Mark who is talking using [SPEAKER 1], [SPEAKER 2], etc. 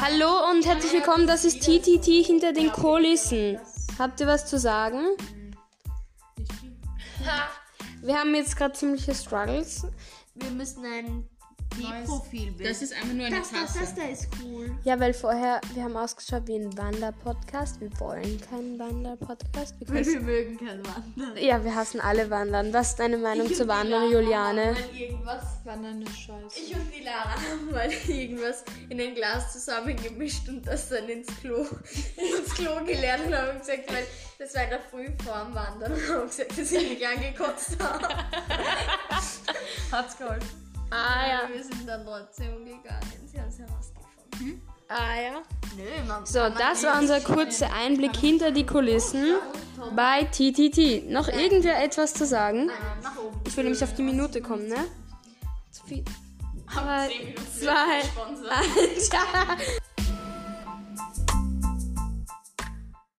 [SPEAKER 1] Hallo und herzlich willkommen, das ist TTT hinter den Kulissen. Habt ihr was zu sagen? Wir haben jetzt gerade ziemliche Struggles.
[SPEAKER 2] Wir müssen ein B-Profil bilden.
[SPEAKER 3] Das ist einfach nur eine
[SPEAKER 2] das, das, das
[SPEAKER 3] Tasse.
[SPEAKER 2] da ist cool.
[SPEAKER 1] Ja, weil vorher, wir haben ausgeschaut wie ein Wanderpodcast. Wir wollen keinen Wanderpodcast. Wir
[SPEAKER 2] Weil wir
[SPEAKER 1] können-
[SPEAKER 2] mögen kein Wandern.
[SPEAKER 1] Ja, wir hassen alle Wandern. Was ist deine Meinung
[SPEAKER 2] Ich
[SPEAKER 1] zu
[SPEAKER 2] und
[SPEAKER 1] Wandern,
[SPEAKER 2] die Lara haben
[SPEAKER 1] Juliane?
[SPEAKER 2] mal Irgendwas.
[SPEAKER 4] Wandern ist scheiße.
[SPEAKER 2] Ich und die Lara haben mal irgendwas in ein Glas zusammengemischt und das dann ins Klo, ins Klo gelernt und haben gesagt, weil das war in der Früh vorm Wandern und haben gesagt, dass ich mich angekotzt habe.
[SPEAKER 4] Hat's geholfen.
[SPEAKER 1] Ah ja.
[SPEAKER 2] Wir sind dann trotzdem gegangen. Sie haben es herausgefunden.
[SPEAKER 1] Ah ja.
[SPEAKER 2] Nö, Mama.
[SPEAKER 1] So,
[SPEAKER 2] eh
[SPEAKER 1] das war unser kurzer Einblick hinter die Kulissen bei TTT. Noch irgendwer etwas zu sagen?
[SPEAKER 2] Ah, Nach oben.
[SPEAKER 1] Ich will nämlich auf die Minute kommen, ne? Zu viel. Zwei, zwei, eins. Ja.